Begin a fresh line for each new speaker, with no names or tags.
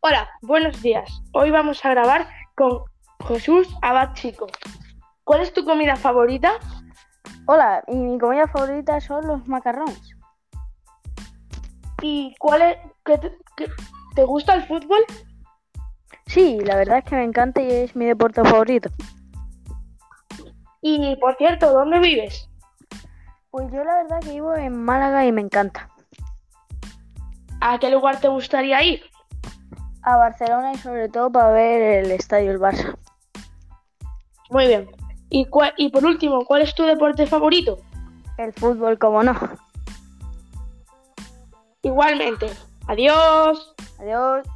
Hola, buenos días. Hoy vamos a grabar con Jesús Abad Chico. ¿Cuál es tu comida favorita?
Hola, y mi comida favorita son los macarrones.
¿Y cuál es, qué te, qué- te gusta el fútbol?
Sí, la verdad es que me encanta y es mi deporte favorito.
Y por cierto, ¿dónde vives?
Pues yo la verdad que vivo en Málaga y me encanta.
¿A qué lugar te gustaría ir?
A Barcelona y sobre todo para ver el estadio El Barça.
Muy bien. Y, cua- y por último, ¿cuál es tu deporte favorito?
El fútbol, como no.
Igualmente. Adiós.
Adiós.